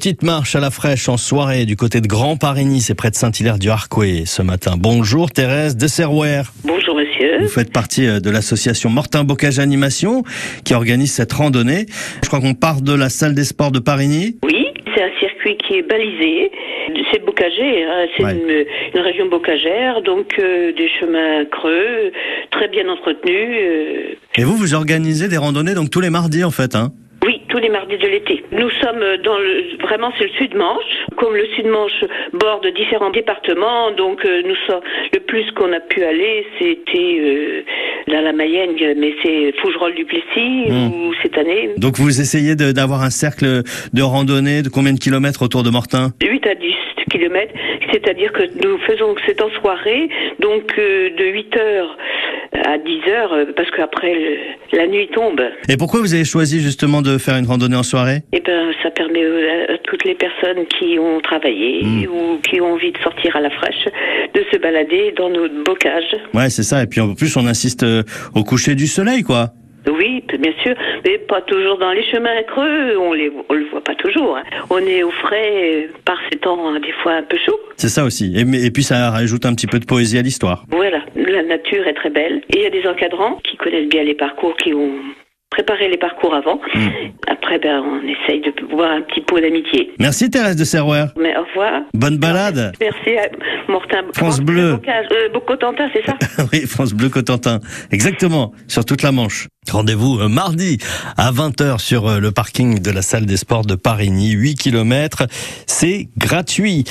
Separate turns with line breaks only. Petite marche à la fraîche en soirée du côté de Grand Paris-Nice et près de Saint-Hilaire-du-Harcouët ce matin. Bonjour Thérèse Desserwer.
Bonjour monsieur.
Vous faites partie euh, de l'association Mortin Bocage Animation qui organise cette randonnée. Je crois qu'on part de la salle des sports de Parigny.
Oui, c'est un circuit qui est balisé. C'est bocagé, hein, c'est
Ouais.
une, une région bocagère, donc euh, des chemins creux, très bien entretenus. euh.
Et vous, vous organisez des randonnées donc tous les mardis en fait. Hein
oui, tous les mardis de l'été. Nous sommes dans le, vraiment c'est le Sud-Manche. Comme le Sud-Manche borde différents départements, donc euh, nous sommes le plus qu'on a pu aller, c'était euh, dans la Mayenne, mais c'est Fougerolles du Plessis
Mm.
où cette année.
donc vous essayez de- d'avoir un cercle de randonnée de combien de kilomètres autour de Mortin
8 à 10 kilomètres, c'est-à-dire que nous faisons que c'est en soirée, donc euh, de 8 heures à 10 heures, euh, parce qu'après le- la nuit tombe.
Et pourquoi vous avez choisi justement de faire une randonnée en soirée
Et ben, ça permet euh, à toutes les personnes qui ont travaillé
Mm.
ou qui ont envie de sortir à la fraîche, de se balader dans nos bocages.
Ouais c'est ça. Et puis en plus on assiste euh, au coucher du soleil quoi.
Oui, bien sûr, mais pas toujours dans les chemins creux, on les, on le voit pas toujours. hein. On est au frais euh, par ces temps hein, des fois un peu chauds.
C'est ça aussi. Et, mais- et puis ça rajoute un petit peu de poésie à l'histoire.
Voilà, la nature est très belle. Et il y a des encadrants qui connaissent bien les parcours, qui ont préparé les parcours avant.
Mm.
Après, ben, on essaye de voir un petit pot d'amitié.
Merci Thérèse de Serwer.
Mais au revoir.
Bonne balade.
Merci à Mortin.
France Bleu.
Bocage- euh, Bocotentin, c'est ça
oui, France Bleu Cotentin. Exactement, sur toute la Manche. Rendez-vous euh, mardi à 20h sur euh, le parking de la salle des sports de Parigny, 8 km. C'est gratuit.